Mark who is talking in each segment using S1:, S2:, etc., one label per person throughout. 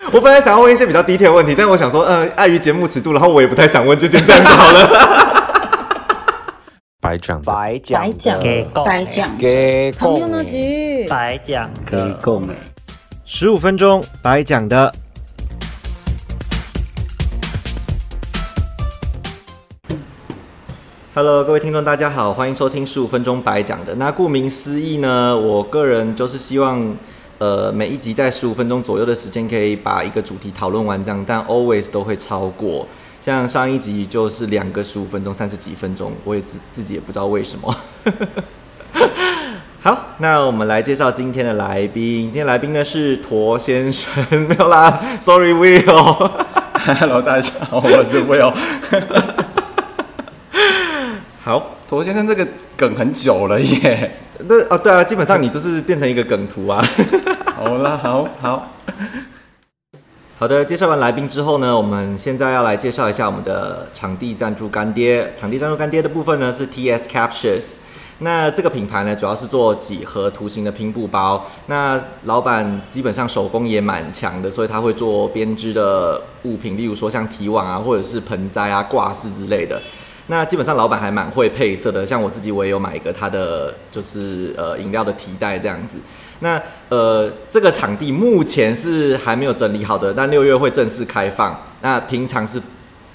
S1: 我本来想要问一些比较低 e 的问题，但我想说，嗯、碍于节目尺度，然后我也不太想问，就先这样子好了。
S2: 白讲的，
S3: 白讲
S4: 白讲，
S5: 给够，
S6: 白讲，
S3: 给
S4: 糖
S3: 够
S4: 尿 那局，
S5: 白讲
S7: 给
S5: 的，
S7: 够美。
S1: 十五分钟白讲的，Hello，各位听众，大家好，欢迎收听十五分钟白讲的。那顾名思义呢，我个人就是希望，呃，每一集在十五分钟左右的时间可以把一个主题讨论完，这样，但 always 都会超过。像上一集就是两个十五分钟，三十几分钟，我也自自己也不知道为什么。好，那我们来介绍今天的来宾。今天来宾呢是驼先生， 没有啦，Sorry Will。
S7: Hello，大家好，我是 Will。
S1: 好，
S7: 驼先生这个梗很久了耶。
S1: 那啊对啊，基本上你就是变成一个梗图啊。
S7: 好啦，好好，
S1: 好的，介绍完来宾之后呢，我们现在要来介绍一下我们的场地赞助干爹。场地赞助干爹的部分呢是 TS Captures。那这个品牌呢，主要是做几何图形的拼布包。那老板基本上手工也蛮强的，所以他会做编织的物品，例如说像提网啊，或者是盆栽啊、挂饰之类的。那基本上老板还蛮会配色的，像我自己我也有买一个他的就是呃饮料的提袋这样子。那呃这个场地目前是还没有整理好的，但六月会正式开放。那平常是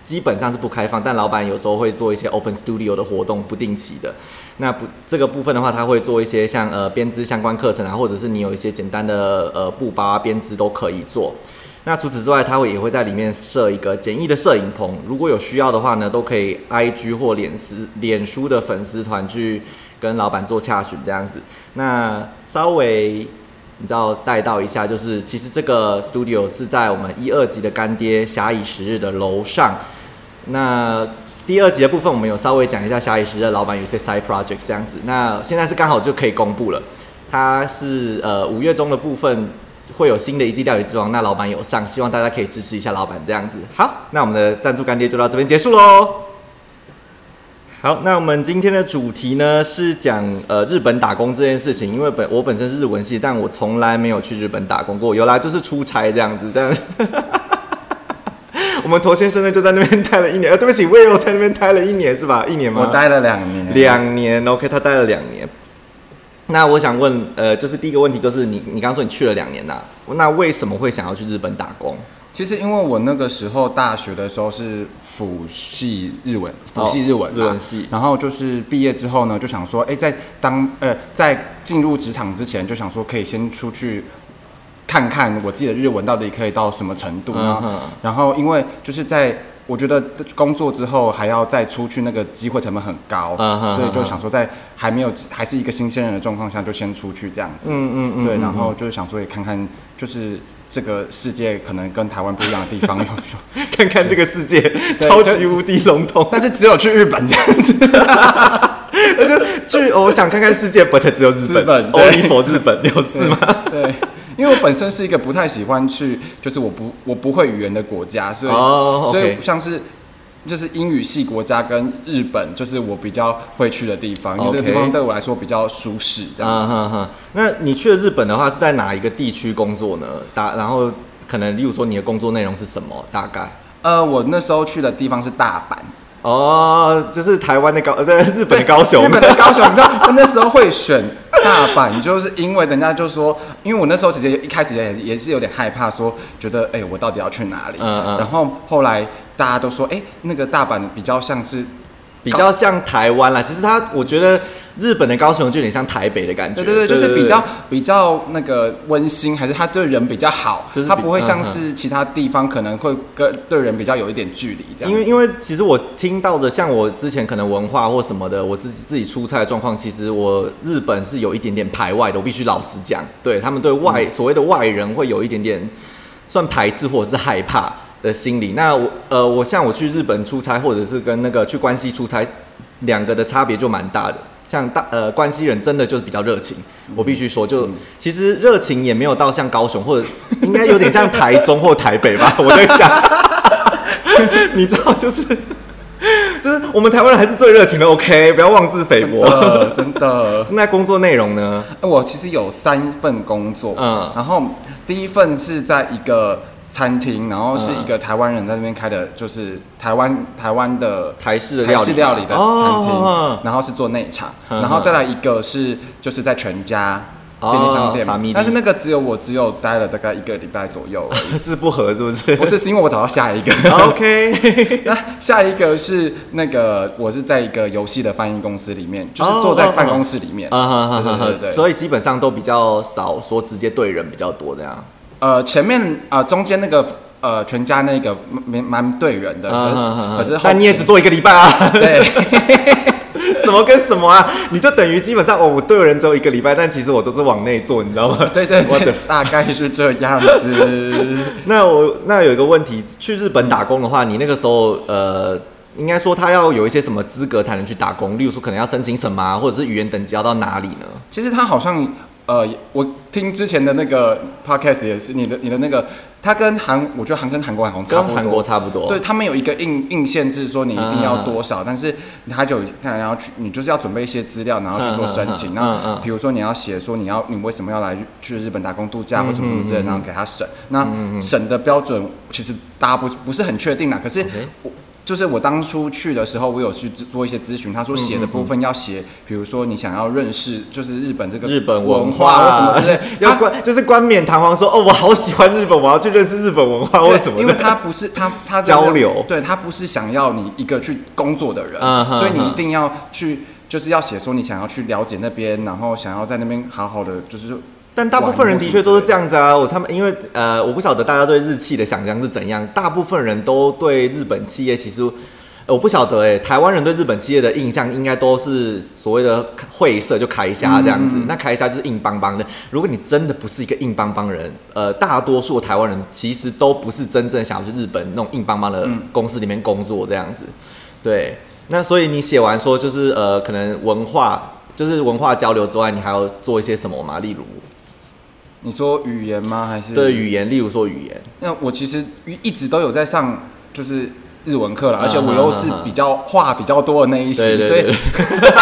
S1: 基本上是不开放，但老板有时候会做一些 open studio 的活动，不定期的。那不这个部分的话，他会做一些像呃编织相关课程啊，或者是你有一些简单的呃布包啊编织都可以做。那除此之外，他会也会在里面设一个简易的摄影棚，如果有需要的话呢，都可以 I G 或脸丝脸书的粉丝团去跟老板做洽询这样子。那稍微你知道带到一下，就是其实这个 studio 是在我们一二级的干爹侠以时日的楼上。那第二集的部分，我们有稍微讲一下侠以时的老板有一些 side project 这样子。那现在是刚好就可以公布了，它是呃五月中的部分会有新的一季料理之王，那老板有上，希望大家可以支持一下老板这样子。好，那我们的赞助干爹就到这边结束喽。好，那我们今天的主题呢是讲呃日本打工这件事情，因为本我本身是日文系，但我从来没有去日本打工过，有啦就是出差这样子，但。嗯我们头先生呢就在那边待了一年，呃，对不起，我也有在那边待了一年是吧？一年吗？
S7: 我待了两年。
S1: 两年，OK，他待了两年。那我想问，呃，就是第一个问题就是你，你刚刚说你去了两年呐、那为什么会想要去日本打工？
S7: 其实因为我那个时候大学的时候是辅系日文，
S1: 哦
S7: 辅系日文嘛、
S1: 日文系
S7: 然后就是毕业之后呢，就想说，哎、在当呃在进入职场之前，就想说可以先出去看看我自己的日文到底可以到什么程度
S1: 嗯
S7: 呢？
S1: 哼
S7: 然后因为就是在。我觉得工作之后还要再出去，那个机会成本很高
S1: 嗯哼
S7: 所以
S1: 嗯
S7: 就
S1: 哼
S7: 想说在还没有还是一个新鲜人的状况下，就先出去这样子。
S1: 嗯嗯嗯
S7: 对，
S1: 嗯
S7: 然后就是想说也看看，就是这个世界可能跟台湾不一样的地方有，
S1: 看看这个世界
S7: 对
S1: 超级
S7: 就
S1: 无敌笼统，
S7: 但是只有去日本这样子。
S1: 但是去、哦我想看看世界，but 只有日
S7: 日
S1: 本
S7: 本
S1: o
S7: 对
S1: n l y for 日本有事吗？
S7: 对，因为我本身是一个不太喜欢去，就是我不我不会语言的国家，所以、
S1: 哦
S7: 所以
S1: OK
S7: 像是。就是英语系国家跟日本，就是我比较会去的地方，因为这个
S1: OK
S7: 地方对我来说比较舒适。 这样，
S1: 嗯哼哼，那你去了日本的话是在哪一个地区工作呢？大然后可能例如说你的工作内容是什么？大概
S7: 呃，我那时候去的地方是大阪，
S1: 哦，就是台湾的高呃，对日本的高雄，
S7: 日本的高雄，你知道他那时候会选大阪，就是因为人家就说，因为我那时候其实一开始也也是有点害怕说觉得哎、我到底要去哪里？
S1: 嗯嗯
S7: 然后后来大家都说，哎、那个大阪比较像是，
S1: 比较像台湾啦。其实它，我觉得日本的高雄就有点像台北的感觉，
S7: 对对对，就是比较比较那个温馨，还是他对人比较好，
S1: 就是比
S7: 他不会
S1: 嗯
S7: 像
S1: 嗯
S7: 是其他地方可能会跟对人比较有一点距离这样。
S1: 因为因为其实我听到的，像我之前可能文化或什么的，我自己自己出差的状况，其实我日本是有一点点排外的，我必须老实讲，对他们对外、所谓的外人会有一点点算排斥或者是害怕的心理。那我呃，我像我去日本出差，或者是跟那个去关西出差，两个的差别就蛮大的。像大呃关西人真的就是比较热情，
S7: 嗯
S1: 我必须说，就其实热情也没有到像高雄或者应该有点像台中或台北吧，我在想。 你知道，就是就是我们台湾人还是最热情的，OK，不要妄自菲薄。
S7: 呃，真的，
S1: 那工作内容
S7: 哎
S1: 呢？
S7: 我其实有三份工作，
S1: 嗯
S7: 嗯，然后第一份是在一个餐厅，然后是一个台湾人在那边开的，就是台湾台湾的
S1: 台式的料
S7: 台
S1: 理
S7: 式料理的餐厅，
S1: 哦
S7: 然后是做内场，
S1: 嗯
S7: 然后再来一个是就是在全
S1: 哦
S7: 家。便利商店嘛，
S1: Family
S7: 但是那个只有我只有待了大概一个礼拜左右 而已，
S1: 是不合是不是？
S7: 不是是因为我找到下一个，
S1: ，OK，
S7: 那下一个是那个，我是在一个游戏的翻译公司里面，就是坐
S1: 哦
S7: 在办公室里面。
S1: 啊哈哈哈哈
S7: 对对对
S1: 所
S7: 以
S1: 以基本上都比较少说直接对人比较多这样。
S7: 呃，前面啊、呃中间那个呃全家那个蛮蛮对人的，可
S1: 啊哈
S7: 是
S1: 哈
S7: 可是后
S1: 但你也只做一个礼拜啊，
S7: 对
S1: 什么跟什么啊？你就等于基本上哦，我对人只有一个礼拜，但其实我都是往内做，你知道吗？
S7: 对对
S1: 我 的
S7: 对，大概是这样子。
S1: 那我那有一个问题，去日本打工的话，你那个时候呃，应该说他要有一些什么资格才能去打工？例如说，可能要申请什么、啊，或者是语言等级要到哪里呢？
S7: 其实他好像呃，我听之前的那个 podcast 也是你的你的那个，他跟韩，我觉得韩跟韩国好像差不
S1: 跟
S7: 多，
S1: 韩国差不多。
S7: 对他们有一个硬硬限制，说你一定
S1: 嗯嗯
S7: 要
S1: 嗯
S7: 多少，但是他就他然后去，你就是要准备一些资料，然后去做申
S1: 嗯嗯
S7: 请。
S1: 嗯
S7: 那、
S1: 嗯嗯
S7: 比如说你要写说你要你为什么要来日去日本打工度
S1: 嗯
S7: 假或什么什么之类的，然后给他审。那审的标准其实大家不不是很确定啦，啊可是
S1: OK
S7: 我。就是我当初去的时候，我有去做一些咨询，他说写的部分要写，比如说你想要认识就是日本这个
S1: 日本
S7: 文
S1: 文
S7: 化或啊什
S1: 化，
S7: 么之类
S1: 啊 要
S7: 他
S1: 冠就是冠冕堂皇说哦，我好喜欢日本，我要去认识日本文化，为什么呢？
S7: 因为他不是他他真的
S1: 交流
S7: 对他不是想要你一个去工作的人，
S1: 嗯哼
S7: 所以你
S1: 哼
S7: 一定要去，就是要写说你想要去了解那边，然后想要在那边好好的就是。
S1: 但大部分人的确都是这。样子啊，我他们因为呃，我不晓得大家对日企的想象是怎样，大部分人都对日本企业其实。呃我不晓得哎、台湾人对日本企业的印象应该都是所谓的会社，就开虾这样子。那开虾就是硬邦邦的。如果你真的不是一个硬邦邦人，呃，大多数的台湾人其实都不是真正想要去日本那种硬邦邦的公司里面工作这样子。对，那所以你写完说就是呃，可能文化就是文化交流之外，你还要做一些什么吗？例如
S7: 你说语言吗？还是
S1: 对？语言，例如说语言，
S7: 那我其实一直都有在上，就是日文课啦，而且
S1: 嗯
S7: 我
S1: 哼
S7: 又
S1: 哼
S7: 是
S1: 哼
S7: 比较话比较多的那一
S1: 对
S7: 些，
S1: 对
S7: 所以
S1: 对，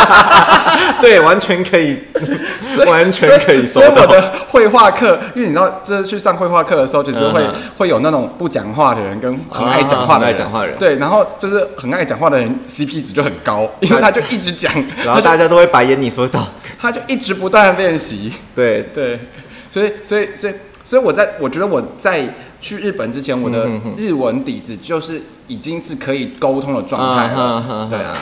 S1: 对，完全可 以，完全可以
S7: 所
S1: 说
S7: 以我
S1: 到。
S7: 的绘画课，因为你知道，就是去上绘画课的时候，就是会、
S1: 嗯嗯
S7: 会有那种不讲话的人跟很爱讲话
S1: 啊很
S7: 的人，
S1: 爱讲话的人
S7: 对，然后就是很爱讲话的人 CP 值就很高，因为他就一直讲，
S1: 然后
S7: 他就
S1: 大家都会白眼你说 到，
S7: 他就一直不断的练习，
S1: 对，
S7: 对，所以所以所以所以我在我觉得我在去日本之前，我
S1: 嗯
S7: 的日文底子就是已经是可以沟通的状态
S1: 嗯嗯嗯
S7: 了
S1: 嗯，
S7: 对啊。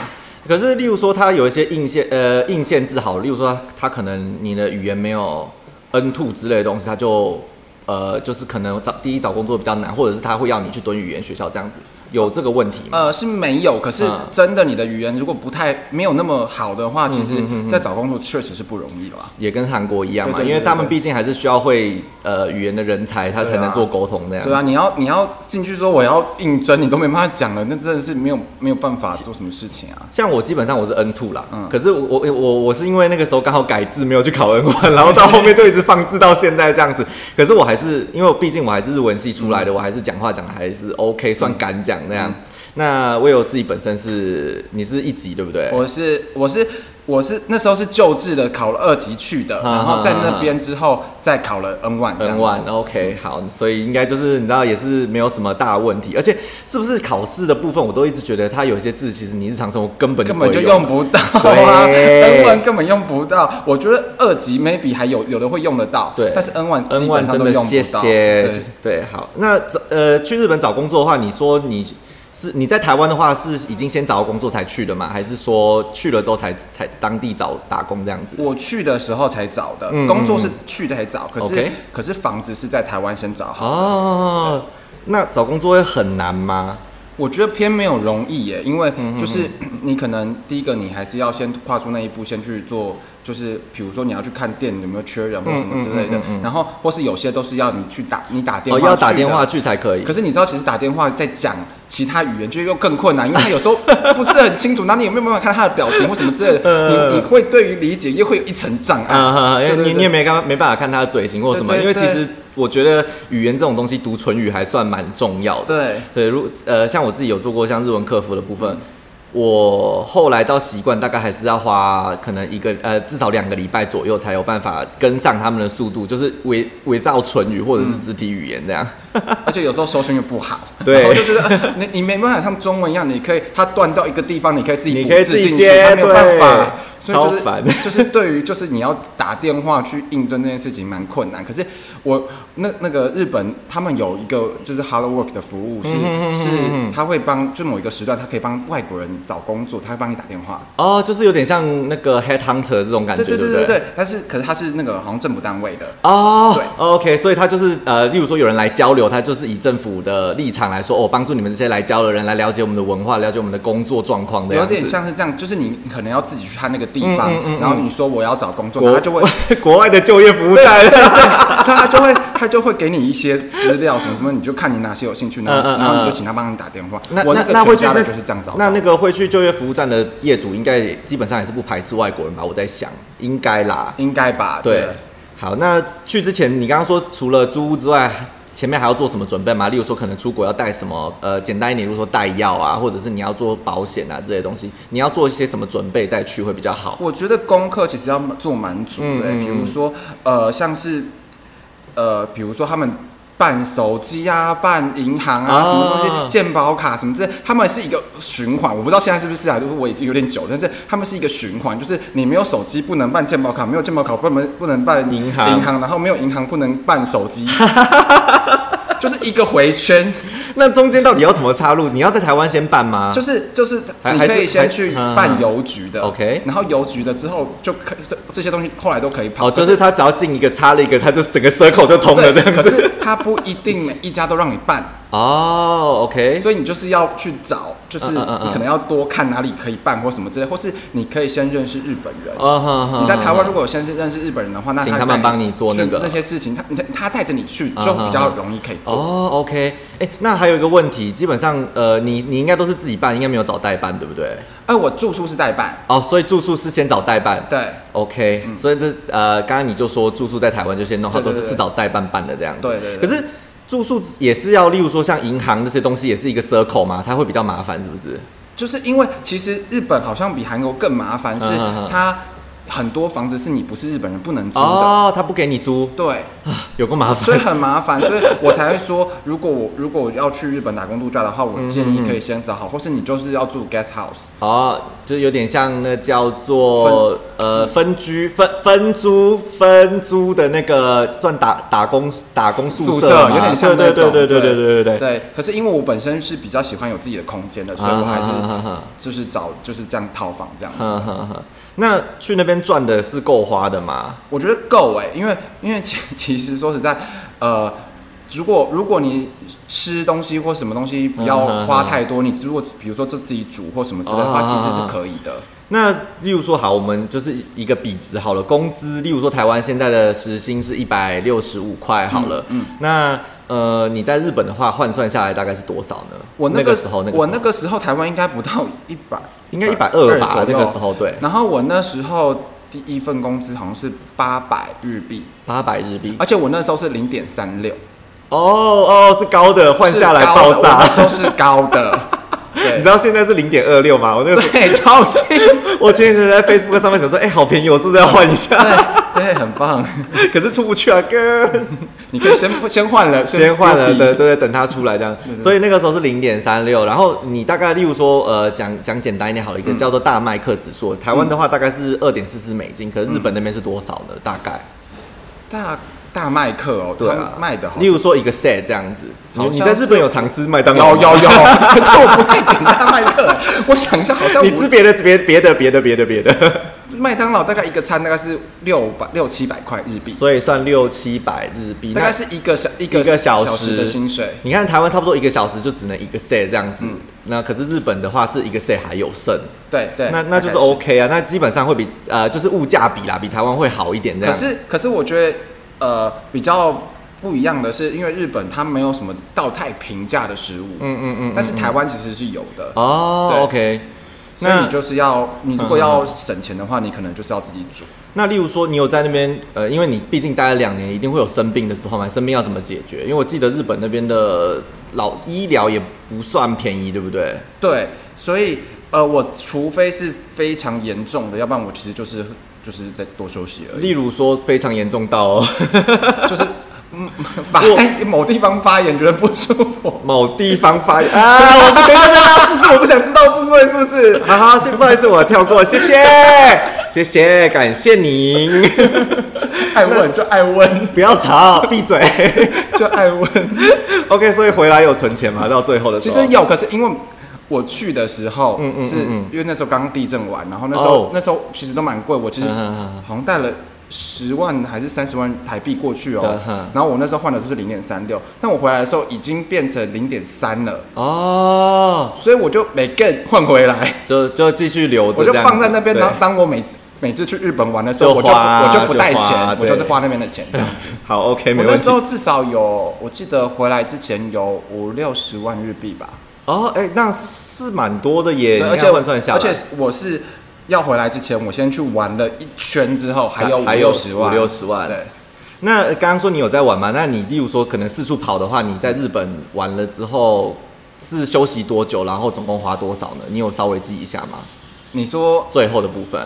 S1: 可是，例如说，它有一些硬限，呃，硬限制好，例如说，它可能你的语言没有 N two 之类的东西，它就，呃，就是可能找第一找工作比较难，或者是他会要你去蹲语言学校这样子，有这个问题吗？
S7: 呃，是没有，可是
S1: 嗯
S7: 真的，你的语言如果不太没有那么好的话，其
S1: 嗯
S7: 实，在找工作确实是不容易啊啦。
S1: 也跟韩国一样嘛，
S7: 对对对
S1: 因为他们
S7: 对对
S1: 毕竟还是需要会呃语言的人才，他才
S7: 对啊
S1: 能做沟通那样。
S7: 对啊，你要你要进去说我要应征，你都没办法讲了，那真的是没有没有办法做什么事情啊。
S1: 像我基本上我是 N two 啦，
S7: 嗯
S1: 可是我我我我是因为那个时候刚好改制，没有去考 N one，然后到后面就一直放置到现在这样子。可是我还是因为我毕竟我还是日文系出来
S7: 嗯
S1: 的，我还是讲话讲的还是 OK，算敢讲那样。那我有自己本身是你是一级对不对？
S7: 我是我是我是那时候是旧制的，考了二级去的，
S1: 嗯
S7: 然后在那边之后再考了 N one 这
S1: N
S7: 样
S1: one
S7: 子。嗯
S1: OK 好，所以应该就是你知道也是没有什么大问题，而且是不是考试的部分我都一直觉得它有一些字其实你日常生活根本
S7: 根
S1: 不
S7: 本
S1: 会
S7: 就用不到啊
S1: 对
S7: ，N one 根本用不到。我觉得二级 maybe 还有有的会用得到，
S1: 对，
S7: 但是 N one
S1: N
S7: 基本
S1: one
S7: 上
S1: 真
S7: 都
S1: 的
S7: 用不
S1: 谢
S7: 到。
S1: 谢
S7: 对
S1: 对，好，那呃去日本找工作的话，你说你是你在台湾的话是已经先找到工作才去的吗？还是说去了之后才才当地找打工这样子？
S7: 我去的时候才找的，
S1: 嗯
S7: 工作是去的才找，可是
S1: OK
S7: 可是房子是在台湾先找好。
S1: 哦，那找工作会很难吗？
S7: 我觉得偏没有容易耶，因为
S1: 嗯
S7: 就是你可能第一个你还是要先跨出那一步，先去做，就是比如说你要去看店有没有缺人或什么之类
S1: 嗯
S7: 的，然后或是有些都是要你去打你打电
S1: 哦，
S7: 话、
S1: 要打电话。去才可以。
S7: 可是你知道，其实打电话在讲其他语言就又更困难，因为他有时候不是很清楚，那你有没有办法看他的表情或什么之类的，你你会对于理解又会有一层障碍。
S1: 呃啊，因
S7: 对
S1: 为
S7: 对
S1: 你
S7: 对
S1: 你也没干没办法看他的嘴型或什么，
S7: 对对
S1: 因为其
S7: 对
S1: 实我觉得语言这种东西读唇语还算蛮重要的。
S7: 对
S1: 对，如呃，像我自己有做过像日文客服的部分，我后来到习惯，大概还是要花可能一个呃至少两个礼拜左右才有办法跟上他们的速度，就是围围到唇语或者是
S7: 嗯
S1: 肢体语言这样。
S7: 而且有时候搜寻又不好，
S1: 对
S7: 然后就觉得呃你你没办法像中文一样，你可以它断到一个地方，你可以自己
S1: 你
S7: 补
S1: 可以
S7: 字
S1: 自己
S7: 进去，
S1: 接
S7: 它没有办法。
S1: 对
S7: 所以
S1: 超
S7: 就
S1: 烦
S7: 是 就是对于就是你要打电话去应征这件事情蛮困难，可是我那那个日本他们有一个就是 Hello Work 的服务
S1: 嗯
S7: 是是他会帮就某一个时段，他可以帮外国人找工作，他会帮你打电话，
S1: 哦，就是有点像那个 headhunter 这种感觉，
S7: 对对
S1: 不
S7: 对对对，但是可是他是那个好像政府单位的，
S1: 哦、
S7: 对
S1: o k 所以他就是呃，例如说有人来交流，他就是以政府的立场来说，哦，帮助你们这些来交流的人来了解我们的文化，了解我们的工作状况的
S7: 有
S1: 样子。
S7: 点像是这样，就是你可能要自己去看那个地方，
S1: 嗯嗯嗯嗯
S7: 然后你说我要找工作，然
S1: 国
S7: 后他就会
S1: 国外的就业服务站。
S7: 他就会他就会给你一些资料什么什么，你就看你哪些有兴趣，然后
S1: 嗯嗯嗯
S7: 然后你就请他帮你打电话。
S1: 那
S7: 我
S1: 那
S7: 个
S1: 那会
S7: 全
S1: 去
S7: 家
S1: 那
S7: 的就是这样找到
S1: 那那个会去就业服务站的业主，应该也基本上也是不排斥外国人吧？我在想，应该啦。
S7: 应该吧？
S1: 对，好，那去之前，你刚刚说除了租屋之外，前面还要做什么准备吗？例如说，可能出国要带什么？呃，简单一点，如说带药啊，或者是你要做保险啊这些东西，你要做一些什么准备再去会比较好？
S7: 我觉得功课其实要做蛮足的、
S1: 嗯嗯嗯
S7: 比如说呃，像是呃，比如说他们。办手机啊，办银行啊，
S1: 啊
S7: 什么东西，健保卡什么之类，他们是一个循环。我不知道现在是不是啊，就是我已经有点久了，但是他们是一个循环，就是你没有手机不能办健保卡，没有健保卡不能不能办
S1: 银行
S7: 银行然后没有银行不能办手 机，就是一个回圈。
S1: 那中间到底要怎么插入？你要在台湾先办吗？
S7: 就是就是，
S1: 还
S7: 你
S1: 啊还
S7: 可以
S1: 是还
S7: 先去办邮局的
S1: 嗯嗯 OK
S7: 然后邮局的之后就可以这这些东西后来都可以跑。
S1: 哦，就是他只要进一个插了一个，他就整个 circle 就通了
S7: 对，
S1: 这样
S7: 可
S1: 子。
S7: 是它不一定每一家都让你 办，
S1: 哦，OK，
S7: 所以你就是要去找，就是
S1: 嗯嗯嗯嗯
S7: 你可能要多看哪里可以办或什么之类，或是你可以先认识日本人。
S1: 哦，哼哼
S7: 你在台湾
S1: 哼
S7: 如果有先认识日本人的话，那
S1: 请他
S7: 他
S1: 们
S7: 带
S1: 帮你做那
S7: 去
S1: 个
S7: 那些事情，他他他带着你去
S1: 嗯
S7: 就
S1: 嗯
S7: 比较容易可以做。
S1: 哦，OK，哎、那还有一个问题，基本上，呃，你你应该都是自己办，应该没有找代办，对不对？
S7: 哎，我住宿是代办，
S1: 哦，所以住宿是先找代办。
S7: 对嗯
S1: OK，、所以这呃，刚刚你就说住宿在台湾就先弄好，
S7: 对对
S1: 都是
S7: 对
S1: 是找代办办的这样子。
S7: 对对对
S1: 可是住宿也是要，例如说像银行这些东西，也是一个 circle 嘛，它会比较麻烦，是不是？
S7: 就是因为其实日本好像比韩国更麻烦，是
S1: 嗯嗯嗯
S7: 它很多房子是你不是日本人不能租的，
S1: 哦，他不给你租，
S7: 对，
S1: 有个麻
S7: 所以
S1: 烦。
S7: 很麻烦，所以我才会说，如果我如果我要去日本打工度假的话，我建议可以先找
S1: 嗯
S7: 好，或是你就是要住 guest house，
S1: 哦，就有点像那叫做呃分居分分租分租的那个算打打工打工宿舍嘛，
S7: 有点像那
S1: 对
S7: 种，
S1: 对对对对对对对对。
S7: 对。可是因为我本身是比较喜欢有自己的空间的，所以我
S1: 啊
S7: 还
S1: 啊啊
S7: 是
S1: 啊
S7: 就是找就是这样套房这样子。
S1: 呵呵呵，那去那边赚的是够花的吗？
S7: 我觉得够哎、因为因为其 其实说实在，呃，如果如果你吃东西或什么东西不要花太多，你如果比如说就自己煮或什么之类的话，
S1: 嗯啊
S7: 其实是可以的。
S1: 那例如说，好，我们就是一个比值好了，工资，例如说台湾现在的时薪是一百六十五块好了，嗯，那呃你在日本的话换算下来大概是多少呢？
S7: 我
S1: 那
S7: 那个
S1: 时候，那个时候
S7: 我那个时候台湾应该不到一百，
S1: 应该120吧
S7: 左右
S1: 那个时候对
S7: 然后我那时候第一份工资好像是八百日币，
S1: 八百日币，
S7: 而且我那时候是零点三六，
S1: 哦哦是高的，换下来爆
S7: 是高的我
S1: 炸
S7: 那。时候是高的，对
S1: 你知道现在是零点二六吗？我那个时候
S7: 对，超新，
S1: 我前几天在 Facebook 上面想说，哎、好便宜，我是不是要换一下？
S7: 对，嗯很棒。
S1: 可是出不去啊，哥。
S7: 你可以先先换了，
S1: 先换了，
S7: 丢
S1: 对
S7: 笔
S1: 对对，等它出来这样。
S7: 嗯
S1: 所以那个时候是零点三六，然后你大概例如说，呃，讲讲简单一点好了，一
S7: 嗯
S1: 个叫做大麦克指数，台湾的话大概是二点四四美金，可是日
S7: 嗯
S1: 本那边是多少呢？大概
S7: 大大麦克哦，
S1: 对啊
S7: 他，卖的好
S1: 例。如说一个 set 这样子，你
S7: 好像
S1: 你在日本有常吃麦当劳
S7: 有
S1: 吗？
S7: 有有， 可是我不太点大麦克。 我想一下，好像
S1: 你
S7: 我
S1: 吃别的别别的别的别的别的，
S7: 麦当劳大概一个餐大概是六百六七百块日币，
S1: 所以算六七百日币，
S7: 大
S1: 那
S7: 概是一个小一个
S1: 一个小
S7: 小
S1: 时
S7: 的薪水。
S1: 你看台湾差不多一个小时就只能一个 set 这样子，
S7: 嗯
S1: 那可是日本的话是一个 set 还有剩，
S7: 对对，
S1: 那那就是
S7: 大概
S1: OK 啊，那基本上会比呃就是物价比啦，比台湾会好一点这
S7: 可
S1: 样。
S7: 是可是我觉得呃比较不一样的是，因为日本它没有什么到太平价的食物，
S1: 嗯嗯嗯，
S7: 但是台湾其实是有的。
S1: 哦
S7: 对
S1: ，OK，
S7: 所以
S1: 那嗯
S7: 你就是要，你如果要省钱的话，你可能就是要自己煮。
S1: 那例如说你有在那边呃，因为你毕竟待了两年，一定会有生病的时候嘛，生病要怎么解决？因为我记得日本那边的老医疗也不算便宜，对不对？
S7: 对，所以呃，我除非是非常严重的，要不然我其实就是就是在多休息而
S1: 例
S7: 已，
S1: 如说非常严重到、哦、
S7: 就是嗯发某地方发炎觉得不 舒服。
S1: 某地方发炎啊， 我不等一下等一下，是不是我不想知道部分是不是？好好，先不好意思，我跳过，谢 谢谢谢，感谢您，
S7: 爱问就爱问
S1: 不要吵，闭嘴。
S7: 就爱问。
S1: OK，所以回来有存钱吗？到最后的时
S7: 其
S1: 候，
S7: 实有，可是因为我去的时候
S1: 嗯嗯
S7: 是
S1: 嗯
S7: 因为那时候刚地震完，然后那时候、
S1: 哦
S7: 那时候其实都蛮贵，我其实
S1: 嗯嗯嗯
S7: 好像带了。十万还是三十万台币过去
S1: 对
S7: 哦
S1: 哼，
S7: 然后我那时候换的就是零点三六，但我回来的时候已经变成零点三了，
S1: 哦，
S7: 所以我就没 get 换回来，
S1: 就就继续留着，
S7: 我就
S1: 这样子
S7: 放在那边。
S1: 对
S7: 当当我每次每次去日本玩的时候，我
S1: 就
S7: 就
S1: 花
S7: 我就不带
S1: 就花
S7: 钱，我
S1: 对
S7: 就是花那边的钱这样子。
S1: 好，OK，
S7: 我
S1: 没
S7: 那
S1: 问题
S7: 时。候至少有，我记得回来之前有五六十万日币吧。
S1: 哦，哎、那是蛮多的耶，
S7: 对而
S1: 你
S7: 且
S1: 看换算下来，
S7: 而且我是要回来之前，我先去玩了一圈之后，还有五
S1: 还有
S7: 六十万，
S1: 五六十万
S7: 对，
S1: 那刚刚说你有在玩吗？那你例如说可能四处跑的话，你在日本玩了之后是休息多久？然后总共花多少呢？你有稍微记一下吗？
S7: 你说
S1: 最后的部分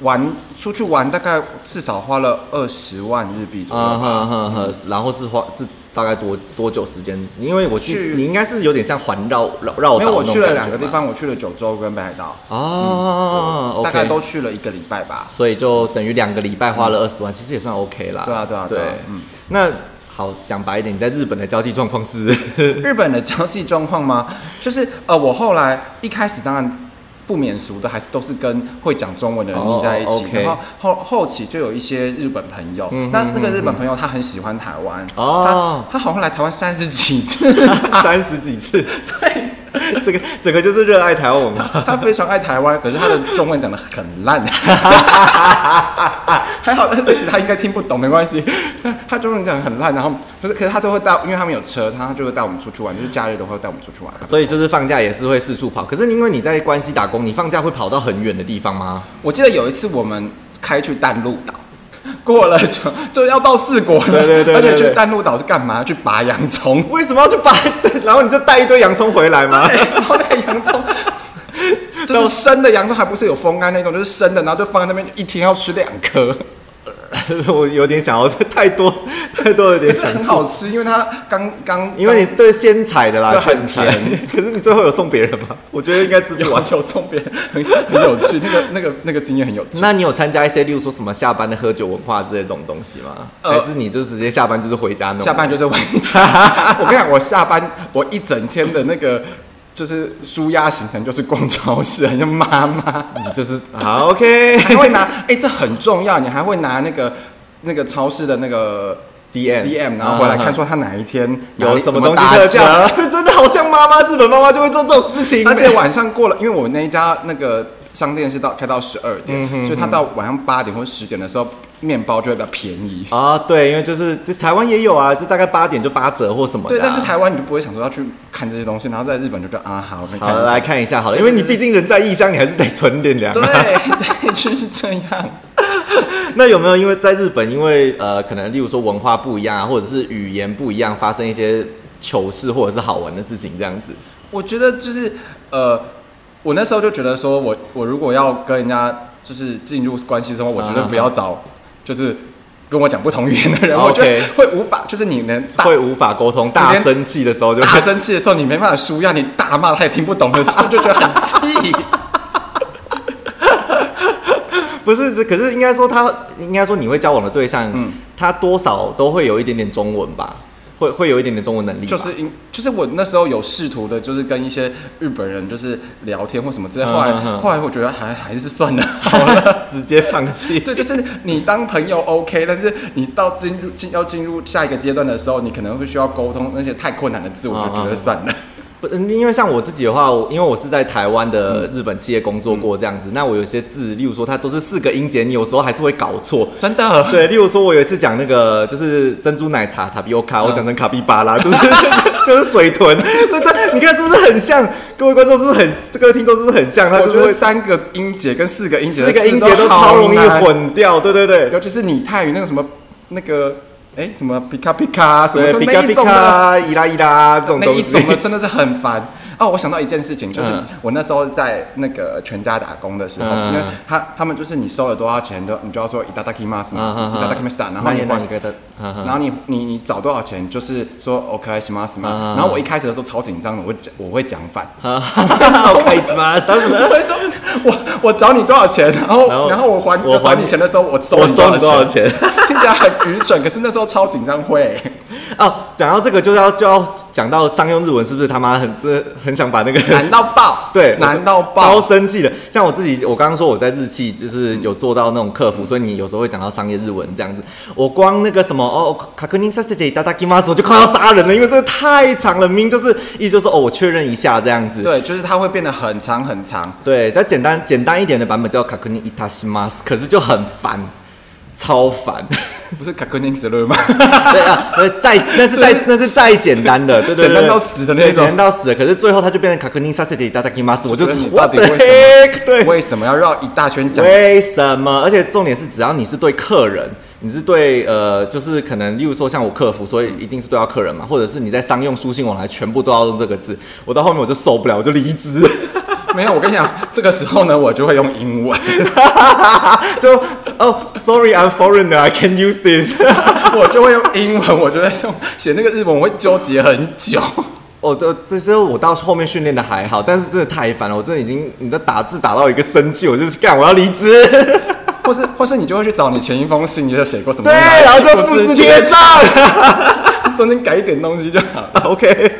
S7: 玩出去玩大概至少花了二十万日币左右
S1: 啊
S7: 吧。
S1: 哼哼哼，然后是花是大概多多久时间？因为我去
S7: 去
S1: 你应该是有点像环绕绕绕岛
S7: 没有，我
S1: 那种
S7: 去了
S1: 感
S7: 两
S1: 觉
S7: 个地
S1: 吧
S7: 方，嗯我去了九州跟北海道，
S1: 啊、o k
S7: 大概都去了一个礼拜吧。
S1: 所以就等于两个礼拜花了二十万，其实也算 OK 啦。
S7: 对啊对啊
S1: 对
S7: 对啊嗯
S1: 那好，讲白一点，你在日本的交际状况是
S7: 日本的交际状况吗？就是呃，我后来一开始当然不免俗的，还是都是跟会讲中文的人
S1: 哦
S7: 腻在一起。
S1: ，OK
S7: 然后后后期就有一些日本朋友，
S1: 嗯
S7: 那
S1: 嗯
S7: 那个日本朋友他很喜欢台湾，
S1: 哦
S7: 他他好像来台湾三十 几次，
S1: 三十几次，对，这个整个就是热爱台湾文化。
S7: 他非常爱台湾，可是他的中文讲的很 烂，还好，但是他应该听不懂，没关系。他他中文讲的很烂，然后就是，可是他就会带，因为他们有车，他就会带我们出去玩，就是假日都会带我们出去玩。
S1: 所以就是放假也是会四处跑，可是因为你在关西打工，你放假会跑到很远的地方吗？
S7: 我记得有一次我们开去淡路岛， 过了就就要到四国了，
S1: 对对对对对
S7: 而且去淡路岛是干嘛？去拔洋
S1: ，
S7: 葱
S1: 为什么要去拔？然后你就带一堆洋葱回来吗？
S7: 对然后那个洋葱。就是生的洋葱，还不是有风干那种，就是生的，然后就放在那边，一天要吃两 颗，
S1: 我有点想要太多太多有
S7: 可
S1: 点
S7: 是
S1: 想，
S7: 很好吃，因为它刚刚
S1: 因为你对鲜采的啦，
S7: 对很
S1: 现采
S7: 甜。
S1: 可是你最后有送别人吗？我觉得应该吃不
S7: 有
S1: 完。
S7: 有送别人，很很有趣，那个那个那个经验很有趣。
S1: 那你有参加一些，例如说什么下班的喝酒文化之类这种东西吗？
S7: 呃
S1: 还是你就直接下班就是回家弄？
S7: 下班就是玩一 家。我跟你讲，我下班我一整天的那个就是舒压行程就是逛超市，很像妈妈。
S1: 你就是好 OK
S7: 还会拿，哎、这很重要，你还会拿那个那个超市的那个
S1: DM
S7: DM，然后回来看说他哪一天哪
S1: 嗯有
S7: 里
S1: 什么
S7: 么
S1: 东西
S7: 打
S1: 特价
S7: 折，，
S1: 这 真的好像妈妈，日本妈妈就会做这种事 情。
S7: 而且晚上过了，因为我那一家那个商店是到开到十二点，
S1: 嗯哼
S7: 所以他到晚上八点或十点的时候，面包就会比较便宜。
S1: 啊，对，因为就是就台湾也有啊，就大概八点就八折或什么的
S7: 对，
S1: 啊、
S7: 但是台湾你就不会想说要去看这些东西，然后在日本就觉得啊好，没看
S1: 好了来看一下好了，因为你毕竟人在异乡，你还是得存点粮、
S7: 对
S1: 啊。
S7: 对，就是这样。
S1: 那有没有因为在日本，因为呃，可能例如说文化不一样啊，或者是语言不一样，发生一些糗事或者是好玩的事情这样子？
S7: 我觉得就是呃，我那时候就觉得说我我如果要跟人家就是进入关系之后，我绝对不要找就是跟我讲不同语言的人，
S1: 啊
S7: 我觉
S1: OK
S7: 得会无法，就是你能大
S1: 会无法沟通，大
S7: 连
S1: 生气的时候就
S7: 大生气的时候，你没办法输压，你大骂他也听不懂的时候，就觉得很 气。
S1: 不是，是可是应该说他，应该说你会交往的对象，
S7: 嗯
S1: 他多少都会有一点点中文吧，会会有一点点中文能力吧，
S7: 就是因就是我那时候有试图的，就是跟一些日本人就是聊天或什么之类，后来
S1: 嗯嗯嗯
S7: 后来我觉得还还是算了好了。
S1: 直接放 弃。
S7: 对，就是你当朋友 OK，但是你到进入进要进入下一个阶段的时候，你可能会需要沟通那些太困难的字，
S1: 嗯
S7: 我就觉得算了。
S1: 不，嗯因为像我自己的话，我因为我是在台湾的日本企业工作过这样子，那我有些字，例如说它都是四个音节，你有时候还是会搞错。
S7: 真的，
S1: 对，例如说，我有一次讲那个就是珍珠奶茶塔比欧卡，我讲成卡比巴拉，就是 就是水豚。那它你看是不是很像？各位观众是不是很，各位听众是不是很像？它
S7: 我
S1: 就
S7: 觉
S1: 是
S7: 得
S1: 会
S7: 三个音节跟四个音节，
S1: 四个音节都超容易，混掉。对对对，
S7: 尤其是你泰语那个什么那个哎、什么皮卡皮卡什么
S1: 对，
S7: 什么
S1: 皮
S7: 那
S1: 卡
S7: 一
S1: 皮
S7: 种的，
S1: 卡、伊拉伊拉这种啊
S7: 那
S1: 东
S7: 一种的
S1: 西。
S7: 真的是很烦。哦，我想到一件事情，就是
S1: 嗯
S7: 我那时候在那个全家打工的时候，
S1: 嗯
S7: 因为他他们就是你收了多少钱，都你就要说いただきます
S1: 嗯
S7: 嘛， いただきました，然后你
S1: 那
S7: 换
S1: 你觉得，嗯
S7: 然后你你你找多少钱，就是说 OK 什么什么。
S1: 嗯
S7: 然后我一开始的时候超紧张的，我讲我会讲反，
S1: 嗯，好开心吗？当时
S7: 我会说我我找你多少钱，然后
S1: 然后
S7: 然后我还
S1: 我还
S7: 我找你钱的时候，我收
S1: 我
S7: 你
S1: 收你多少
S7: 少
S1: 钱？
S7: 听起来很愚蠢，可是那时候超紧 张会。
S1: 哦，讲到这个就要就要讲到商用日文，是不是他妈很这很想把那个
S7: 难到爆，
S1: 对，
S7: 难到
S1: 我
S7: 爆
S1: 超，生气的。像我自己，我刚刚说我在日企就是有做到那种客服，所以你有时候会讲到商业日文这样子。我光那个什么哦，卡克尼萨斯蒂达达基马斯，我就快要杀人了，因为这个太长了，明明就是意思就是哦，我确认一下这样子。
S7: 对，就是它会变得很长很长。
S1: 对，再简单简单一点的版本叫卡克尼伊塔西马斯，可是就很烦，超烦。
S7: 不是 c a c u n i n s 吗？
S1: 对啊，呃，再那是再那是再简单的， 对对对，
S7: 简单到死的那
S1: 对
S7: 种
S1: 简单到死的。可是最后它就变成卡克尼萨斯蒂达达基马斯，我就
S7: 觉得你
S1: What
S7: 到底为
S1: the
S7: 什么
S1: heck？对，
S7: 为什么要绕一大圈讲？
S1: 为什么？而且重点是，只要你是对客人，你是对呃，就是可能，例如说像我客服，所以一定是对到客人嘛，或者是你在商用书信往来，全部都要用这个字。我到后面我就受不了，我就离职，
S7: 没有，我跟你讲，这个时候呢，我就会用英文，
S1: 就哦、s o r r y I'm foreigner, I can't use this
S7: 我就会用英文，我就会用写那个日文，我会纠结很久。
S1: 哦，对，这是我到后面训练的还好，但是真的太烦了，我真的已经你的打字打到一个生气，我就是干，我要离职，
S7: 或是或是你就会去找你前一封信，你就写过什么
S1: 对，
S7: 东西，
S1: 然后就
S7: 我
S1: 复
S7: 直
S1: 制
S7: 接
S1: 贴上。
S7: 中间改一点东西就好了。
S1: OK，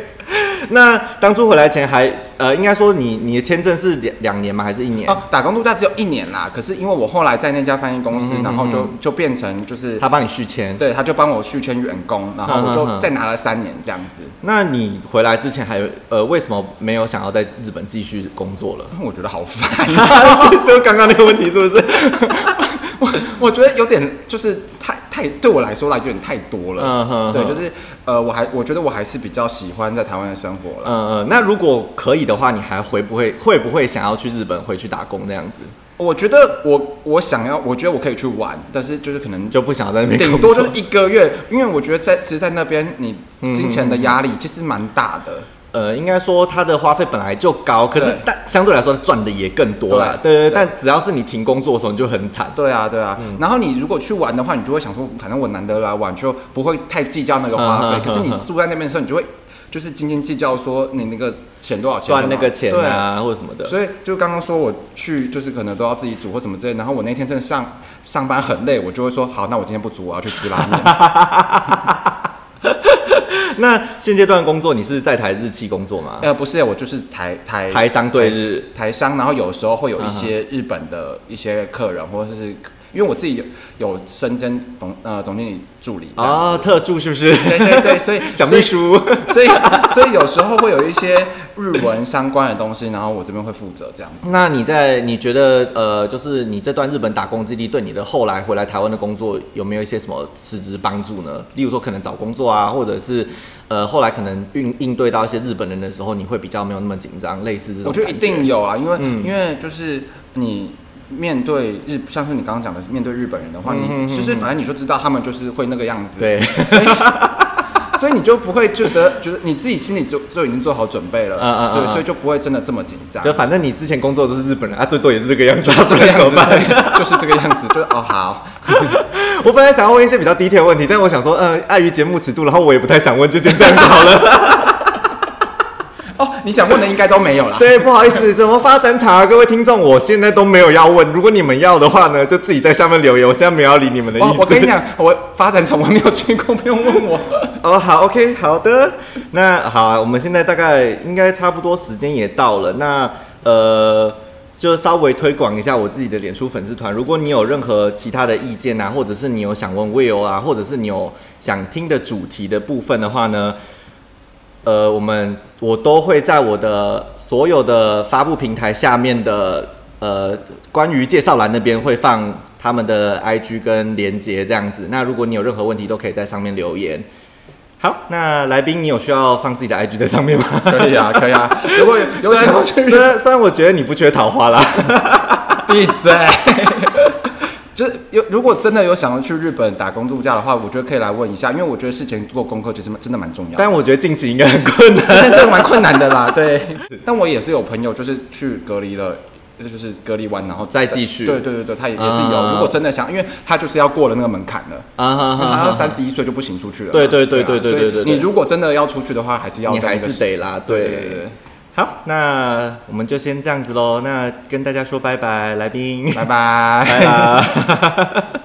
S1: 那 当初回来前还呃，应该说你你的签证是两两年吗？还是一年？
S7: 哦，打工度假只有一年啦，可是因为我后来在那家翻译
S1: 嗯
S7: 公司，然后就就变成就是
S1: 他帮你续签。
S7: 对，他就帮我续签员工，然后我
S1: 嗯嗯嗯
S7: 就再拿了三年这样子。
S1: 那你回来之前还呃，为什么没有想要在日本继续工作了？
S7: 我觉得好烦，
S1: 是就刚刚那个问题是不是？
S7: 我我觉得有点就是太太对我来说啦，有点太多了。
S1: 嗯哼
S7: 对，
S1: 哼
S7: 就是呃，我还我觉得我还是比较喜欢在台湾的生活了。
S1: 嗯嗯，那如果可以的话，你还会不会会不会想要去日本回去打工那样子？
S7: 我觉得我我想要，我觉得我可以去玩，但是就是可能
S1: 就不想在那边
S7: 顶
S1: 工
S7: 多
S1: 作 嗯
S7: 就是一个月，因为我觉得在其实，在那边你金钱的压力其实蛮大的。
S1: 呃，应该说它的花费本来就高，可是
S7: 对
S1: 但相对来说赚的也更多啦。
S7: 对
S1: 对对，对
S7: 对
S1: 但只要是你停工作的时候，你就很惨。
S7: 对啊，对啊。
S1: 嗯
S7: 然后你如果去玩的话，你就会想说，反正我难得来玩，就不会太计较那个花
S1: 嗯
S7: 费。
S1: 哼
S7: 可是你
S1: 嗯哼
S7: 住在那边的时候，你就会就是斤斤计较，说你那个钱多少钱，
S1: 赚那个钱
S7: 对
S1: 啊，或者什么的。
S7: 所以就刚刚说我去就是可能都要自己煮或什么之类，然后我那天真的上上班很累，我就会说好，那我今天不煮，我要去吃拉面。
S1: 那现阶段工作你是在台日企工作吗？
S7: 呃，不是，我就是台台
S1: 啊台商对日嗯
S7: 台商，然后有时候会有一些日本的一些客人，或者是因为我自己有有身兼总呃总经理助理这样
S1: 哦，特助是不是？
S7: 对对对，所以
S1: 小秘，书。
S7: 所以所以所以有时候会有一些日文相关的东西，然后我这边会负责这样。
S1: 那你在你觉得呃，就是你这段日本打工经历对你的后来回来台湾的工作有没有一些什么实质帮助呢？例如说可能找工作啊，或者是呃后来可能应应对到一些日本人的时候，你会比较没有那么紧张，类似这种
S7: 我
S1: 感觉。
S7: 觉得一定有啊，因为、
S1: 嗯
S7: 因为就是你面对日，像是你刚刚讲的，面对日本人的话，
S1: 嗯哼
S7: 你其实反正你就知道他们就是会那个样子，，
S1: 对，
S7: 所以你就不会觉得觉得你自己心里就就已经做好准备了，
S1: 嗯嗯嗯
S7: 对，
S1: 嗯
S7: 所以就不会真的这么紧张
S1: 就。反正你之前工作都是日本人啊， 最多也是这个样子，
S7: 这
S1: 这
S7: 个
S1: 个
S7: 样
S1: 怎
S7: 子
S1: 么办？，
S7: 就是这个样子，就是哦好，
S1: 我本来想要问一些比较低 e 的问题，但我想说，呃，碍于节目尺度，然后我也不太想问，就先这样子好了。
S7: 哦你想问的应该都没有啦。
S1: 对，不好意思，怎么发展场啊？各位听众，我现在都没有要问，如果你们要的话呢，就自己在下面留言，我现在没有要理你们的意思。
S7: 哦我我跟你，讲，我发展从我没有去过，不用问 我。
S1: 哦，好，OK，好的，那好、啊，我们现在大概应该差不多时间也到了，那呃。就稍微推广一下我自己的脸书粉丝团。如果你有任何其他的意见啊，或者是你有想问 Will 啊，或者是你有想听的主题的部分的话呢，呃，我们我都会在我的所有的发布平台下面的呃关于介绍栏那边会放他们的 IG 跟连接这样子。那如果你有任何问题，都可以在上面留言。好，那来宾，你有需要放自己的 IG 在上面吗？
S7: 可以啊，可以啊。如果 有想要去
S1: 虽然虽然我觉得你不缺桃花啦，
S7: 闭嘴！ 就是有如果真的有想要去日本打工度假的话，我觉得可以来问一下，因为我觉得事前做功课其实真的蛮重要的。
S1: 但我觉得近期应该很困 难。
S7: 但这个蛮困难的啦，对。但我也是有朋友就是去隔离了。就是隔离完，然后
S1: 再继续
S7: 对对对对，他也也是有。
S1: 啊
S7: 如果真的想，因为他就是要过了那个门槛了，
S1: 啊哈
S7: 因为他
S1: 哈哈！
S7: 要三十一岁就不行出去了嘛。
S1: 对对对
S7: 啊
S1: 对对
S7: 所以
S1: 对对对
S7: 你如果真的要出去的话，还是要
S1: 你
S7: 在那
S1: 还
S7: 个
S1: 是得啦，
S7: 对
S1: 对
S7: 对对对。
S1: 好，那我们就先这样子喽。那跟大家说拜拜，来宾，
S7: 拜拜。
S1: 拜啦。